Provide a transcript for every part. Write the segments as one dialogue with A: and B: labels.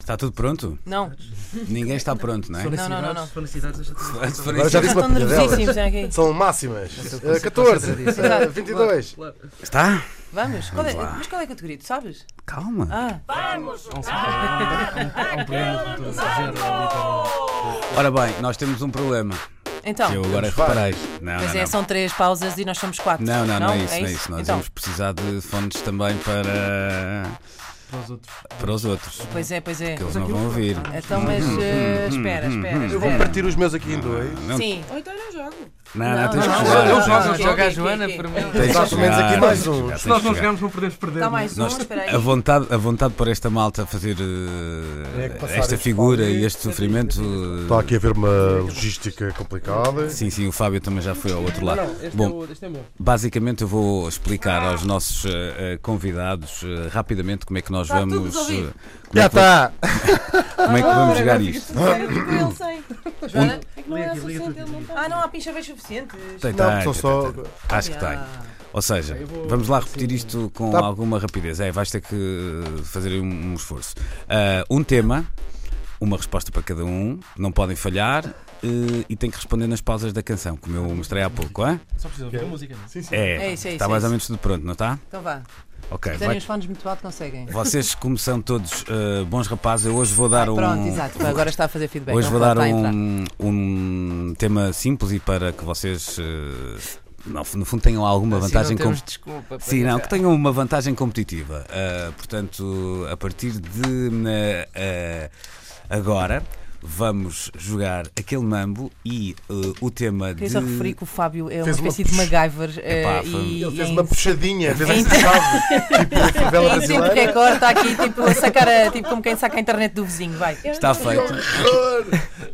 A: Está tudo pronto?
B: Não,
A: Ninguém está pronto, não é?
B: Não, não, não, não.
C: Se for necessidade, já estou-
A: Se for
D: Agora já
A: isso-
D: disse uma
B: estão
D: pilhadela.
B: nervosíssimos já é aqui.
D: São máximas.
C: eu
D: Eh, 14,
C: consigo fazer
D: eh, 22.
C: Claro.
A: Está?
B: Vamos, qual é,
A: Vamos lá.
B: mas qual é a categoria? Tu sabes?
A: Calma.
B: Ah,
C: Há um programa de é cultura exagerada.
A: Ora bem, nós temos um problema.
B: então.
A: que eu agora
D: Temos vários.
A: reparei. Não,
B: Mas
A: não,
B: é,
A: não.
B: são três pausas e nós somos quatro.
A: Não, não, não, é isso, não é isso. Nós
B: então,
A: vamos precisar de fontes também para,
C: Para os outros.
A: para os outros, que
B: Pois é, pois é.
A: eles não vão ouvir.
B: Então, mas
A: Hum,
B: eh, espera, espera,
D: Eu vou
B: espera.
D: partir os meus aqui em dois.
A: Não,
B: Sim.
A: Não, não, tens que
C: não,
A: chegar.
C: não, não,
A: tens
C: não,
A: que
C: não,
A: chegar,
C: não. joga a
B: Ok, ok,
C: Joana
B: ok,
C: por
B: ok.
C: mim. Tá
A: tens que
D: Dá pelo menos
A: chegar,
D: aqui mais
A: tens que
D: um.
A: chegar,
C: Se
A: tens que
C: nós não
A: chegar.
C: jogarmos, não perdemos, perdemos.
B: Dá mais um,
A: Nós-
B: espera aí.
A: a vontade, a vontade para esta malta fazer eh,
D: É que passar
A: esta
D: este
A: figura
D: palco.
A: e este sofrimento. eh,
D: Está aqui a ver uma logística complicada.
A: Sim, sim, o Fábio também já foi ao outro lado.
C: este,
A: Bom,
C: é o, este é o meu.
A: Basicamente, eu vou explicar aos nossos eh, eh, convidados eh, rapidamente como é que nós
B: Está tudo
A: vamos. eh,
B: resolvido.
A: como,
D: Já
A: é que, vamos-
D: está!
A: como é que vamos jogar isto?
B: Joana? É que não
C: Liga
B: é
C: aqui, liga
B: suficiente, ele não está. Ah, não há pincha vez suficiente.
A: Tem,
D: Não,
A: tem, tem,
D: são só.
A: tem, tem. Acho que tem. Ou seja,
C: Eu vou-
A: vamos lá repetir
B: um-
A: isto com
D: Tá.
A: alguma rapidez. É, vais ter que fazer aí um, um esforço. Ah, um tema, uma resposta para cada um, não podem falhar. eh, e tem que responder nas pausas da canção, como eu mostrei há pouco, é?
C: Só precisa ouvir a música. não é?
D: Sim, sim.
A: É,
B: É isso, é
A: está
B: isso,
A: mais
B: é
A: ou menos tudo pronto, não está?
B: Então vá.
A: Ok,
B: Se
A: É, vai-
B: derem os fones muito alto, conseguem.
A: vocês como são todos eh, bons rapazes, eu hoje vou dar um...
B: Pronto, exato. Agora está a fazer feedback.
A: Hoje
B: não
A: vou dar
B: está a entrar.
A: um, um tema simples e para que vocês, eh, no no fundo, tenham alguma
E: Assim
A: vantagem.
E: não
A: com-
E: temos desculpa para
A: Sim, não, que
E: tentar.
A: tenham uma vantagem competitiva. Ah, portanto, a partir de né, ah, agora, vamos jogar aquele mambo e eh, o tema
B: Queria
A: de.
B: só referir que o Fábio é uma
D: Fez uma
B: espécie de
D: pux-
B: MacGyver. eh,
A: Epá,
B: e-
A: foi- um- ele
D: Ele
B: e
D: fez
B: é
D: uma
B: essa-
D: puxadinha, fez esta
B: Então-
D: chave, tipo a favela
B: É isso, tipo que é
D: brasileira.
B: cor, está aqui tipo a sacar a, tipo como quem saca a internet do vizinho, vai.
A: Está feito.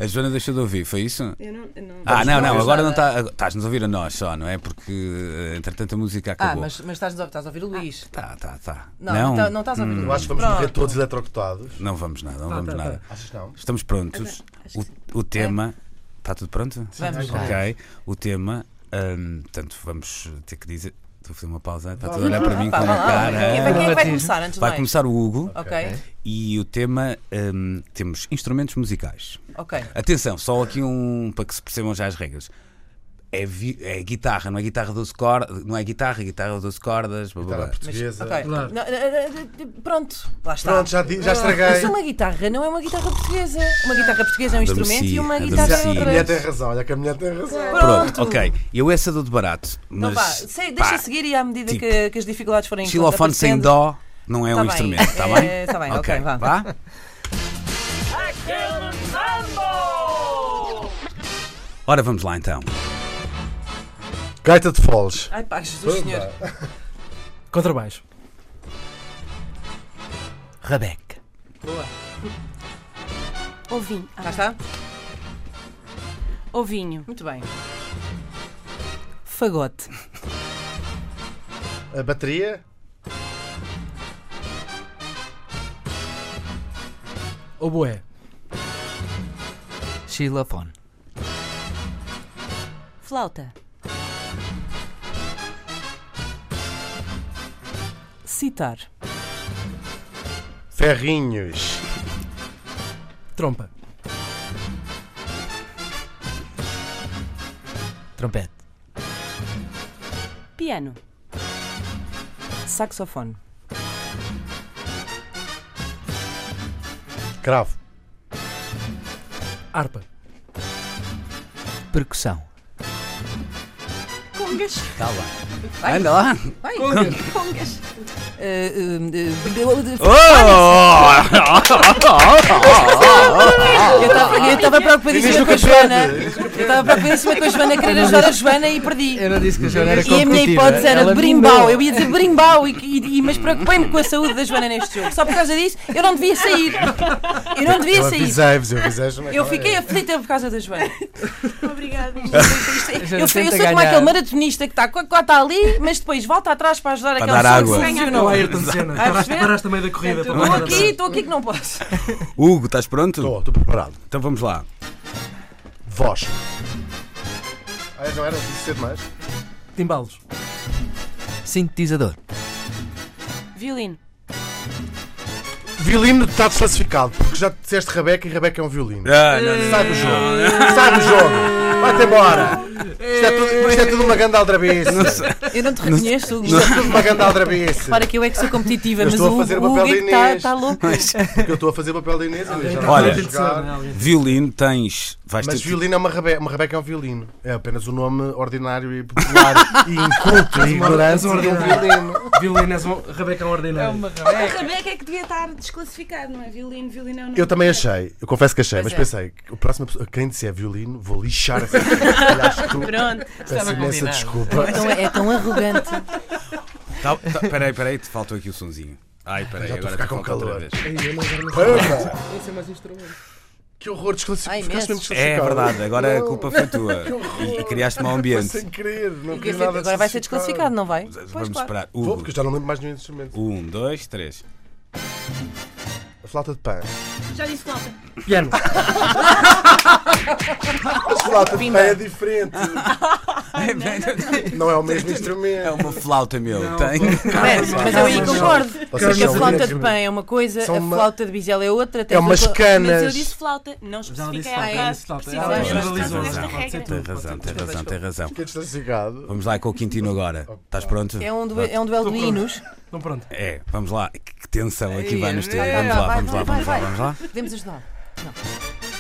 A: A Joana deixou de ouvir, foi isso?
F: Eu não, eu não.
A: Ah, não, não,
B: ouvir
A: agora não
B: nada.
A: está. Estás-nos a ouvir a nós só, não é? Porque, eh, entretanto, a música
B: Ah,
A: acabou.
B: mas, mas estás, estás a ouvir o Luís.
A: Tá, tá, tá.
B: Não, não tá- não estás a ouvir.
A: Hum,
D: Eu acho que vamos morrer
B: Pronto.
D: todos eletrocutados.
A: Não vamos nada,
B: Tá,
A: não vamos nada.
D: Achas que não?
A: Estamos prontos. O, o tema. Está tudo pronto?
B: Vamos lá.
A: Ok. O tema. hum, portanto, vamos ter que dizer. Estou a fazer uma pausa. Está tudo a olhar para mim com
B: Pá,
A: uma
B: vá lá, Quem vai-
A: cara.
B: quem é que vai
E: Batismo.
B: começar antes de
A: Vai
B: mais?
A: começar o Hugo
B: Ok,
A: e o tema. hum, temos instrumentos musicais.
B: ok.
A: Atenção, só aqui um. para que se percebam já as regras. É, vi- é guitarra, não é guitarra 12 cordas, não é guitarra, é guitarra 12 cordas. blá, blá,
D: Guitarra
A: blá.
D: portuguesa.
B: Ok.
C: Claro.
B: Não, não, não, Pronto, lá está.
D: Pronto, já, di- já estraguei.
B: Mas uma guitarra não é uma guitarra portuguesa. Uma guitarra portuguesa é um
A: Adam
B: instrumento
A: C,
B: e uma
A: Adam
B: guitarra
A: C.
B: é
D: A mulher tem
B: outra.
D: razão, olha que a mulher tem razão.
A: Pronto, ok. Eu essa dou de barato.
B: Então
A: Mas,
B: vá, sei- deixa
A: pá,
B: seguir e à medida
A: tipo,
B: que, que as dificuldades forem
A: Xilofone sem
B: aparecendo-
A: dó não é um
B: Tá bem,
A: instrumento, está
B: eh,
A: bem?
B: tá bem, ok, vá.
A: Ora, vamos lá então.
D: Gaita de Foles.
B: Ai pá, Jesus senhor.
C: Contrabaixo.
E: Rabeca.
F: Ovinho. Ah,
B: Cá está?
F: ovinho.
B: Muito bem. Fagote.
D: A bateria.
C: Oboé.
E: Xilofone.
F: Flauta.
B: Citar.
D: Ferrinhos.
C: Trompa.
E: Trompete.
F: Piano.
B: Saxofone.
D: Cravo.
C: Harpa.
E: Percussão.
F: Congas.
A: Está lá. Anda lá.
B: Vai.
F: Congas.
B: Eh, eh, eh,
E: Oh!
A: Oh!
B: Eu estava preocupadíssima com
E: é
B: a Joana. Eu estava preocupadíssima com a Joana, querer ajudar a Joana e perdi.
E: Eu não disse que a Joana era
B: E a minha
E: É competitiva.
B: hipótese era
E: Ela
B: de brimbau.
C: é.
E: dominou.
B: Eu ia dizer brimbau, e, e- e- mas preocupei-me com a saúde da Joana neste jogo. Só por causa disso, eu não devia sair. Eu não devia
D: Eu
B: sair.
D: avisei-vos, eu avisei-vos. como é que
B: Eu
D: ela
B: fiquei
D: é.
B: aflita por causa da Joana.
F: Obrigada.
B: Eu,
E: Joana
B: fui- eu
E: tenta
B: sou como
E: ganhar.
B: aquele maratonista que tá está está ali, mas depois volta atrás para ajudar aquela
A: dar água.
B: pessoa que se
C: Não
B: lesionou.
C: há é Ayrton Senna.
B: Vais
C: Paraste,
B: ver?
C: paraste a meio da corrida. para
B: Estou
D: é
C: mandar a-
B: aqui, estou aqui que não posso.
A: Hugo, estás pronto?
D: Estou, estou preparado.
A: Então vamos lá.
D: Voz. Ah, não era preciso ser mais.
C: Timbalos.
E: Sintetizador.
F: Violino.
D: Violino está desclassificado, porque já disseste Rebeca e Rebeca é um violino.
A: Ah, não, não,
D: Sai do jogo. Sai do jogo. Vai-te embora. Isto é tudo, isto é tudo uma grande aldrabice.
B: Eu não te reconheço, Hugo.
D: Isto é tudo uma grande aldrabice.
B: Para que eu é que sou competitiva,
D: Eu
B: mas
D: estou a
B: o
D: fazer o
B: Hugo
D: papel
B: é
D: de
B: que está
D: Inês.
B: está louco.
D: Porque eu estou a fazer o papel de Inês. Inês já não
A: Olha.
D: vai
C: é?
D: jogar.
A: Violino tens. Vais
D: Mas
A: ter-
D: violino é uma rebeca. Uma rebeca é um violino. É apenas um nome ordinário e popular. e inculto e ignorante.
C: És um
D: de um
C: ordinário.
D: violino.
C: Violino, és um Rebeca é um ordinário.
F: A Rebeca é que devia estar desclassificado, não é? Violino, violino é o nome.
D: Eu também achei, eu confesso que achei,
B: Pois
D: mas
B: é.
D: pensei, que o próximo pessoa, quem disser violino, vou lixar essa pessoa. Aliás, tu,
B: Pronto.
D: peço imensa
E: combinado.
D: desculpa.
B: Então é tão arrogante.
A: Tá, tá, peraí, peraí, te faltou aqui o sonzinho. Ai, peraí,
D: Já estou a
A: agora
D: ficar
A: te
D: com
A: falta outra
D: calor.
A: vez.
C: Ei, eu não quero mais-
D: Pamba!
C: Esse é mais instrumento.
D: Que horror, desclassificado.
B: Ai,
D: Ficaste mesmo
B: imenso.
A: É
D: desclassificado.
A: verdade, agora a
D: Não,
A: culpa foi tua. E, e criaste mau
D: Foi
A: ambiente.
D: sem querer, não queria nada
B: Agora vai ser desclassificado, não vai?
A: Vamos esperar.
D: Vou,
A: Hugo.
D: porque eu já não lembro mais nenhum instrumento.
A: Um, dois, três.
D: A flauta de pan.
F: Já disse flauta.
C: Piano.
D: A flauta de pan é diferente. Não é o mesmo
A: É
D: instrumento.
A: uma flauta, meu.
C: Não,
A: Tem.
B: Mas, é mas eu aí concordo.
D: Vocês
B: Porque a
D: são
B: flauta de
D: lindos.
B: pão é uma coisa,
D: São
B: a
D: uma-
B: flauta de bisela é outra. tens
D: É umas
B: outra-
D: canas.
B: Mas eu disse flauta, não
C: Já disse
B: especifiquei
C: flauta.
B: a
C: Já
B: caso.
C: disse flauta.
F: Ah,
A: Ela
C: Ela
A: Precisamente.
C: generalizou.
A: Esta
C: já, Pode ser
F: regra.
A: Tem
C: tudo.
A: razão, tem
C: Desculpa,
A: razão, tem razão.
D: Fiquei é desclassificado.
A: Vamos lá com o Quintino agora. Estás pronto?
B: É um, due- é um duelo de
C: Estou pronto.
B: hinos.
C: Então pronto.
A: É, vamos lá. Que que tensão aqui
E: Ai,
A: vai nos ter.
E: é,
A: Vamos lá,
B: vai,
A: vamos lá,
B: vai,
A: vamos lá,
B: vai.
A: vamos lá.
B: Podemos ajudar.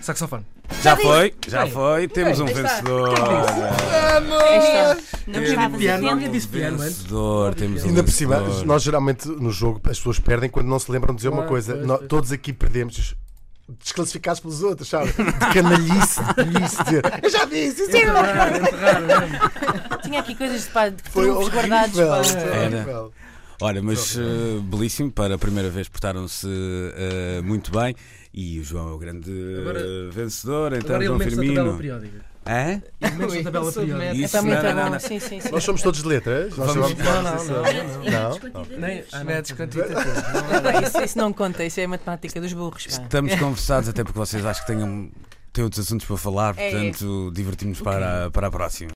C: Saxofone.
A: Já foi, já
C: Ei,
A: foi. Temos um
B: aí está.
A: vencedor.
B: Aí está. Não
A: Temos
B: estavas
C: piano.
B: a
C: Eu
B: ver.
C: é disse piano antes.
A: Vencedor, temos um
D: Ainda por cima,
A: vencedor.
D: nós geralmente no jogo as pessoas perdem quando não se lembram de dizer uma
C: Claro,
D: coisa.
C: Ah, pois,
D: Nó-
C: pois.
D: Todos aqui perdemos. Desclassificados pelos outros, sabe? De canalhice, de canalhice. dizer, Eu já disse, isso é
C: Enterrar, enterrar. não é?
B: Tinha aqui coisas de pá, de
D: Foi
B: truques
D: horrível.
B: guardados. pá.
D: Foi
A: Era.
D: horrível.
A: Olha, mas eh, belíssimo, para a primeira vez portaram-se eh, muito bem e o João é o grande eh,
C: Agora-
A: vencedor, então
C: Agora
A: João
C: elementos da tabela
A: Firmino.
C: periódica.
A: Hã?
C: Elementos da tabela
E: sou de
C: periódica.
E: merda.
A: Isso,
B: Está é muito
A: não, não, não,
B: bom.
A: não.
B: Sim, sim, sim.
D: Nós somos todos de letras? Nós
A: Vamos-
D: somos-
C: Não, não, não. não, não.
D: Não?
C: Nem
F: Não.
C: ah, não é desquantitativo.
B: Pá, Isso, isso não conta, isso é matemática dos burros. pá.
A: Estamos conversados até porque vocês acho que tenham, têm outros um, assuntos para falar,
B: É.
A: portanto divertimos para, para a próxima.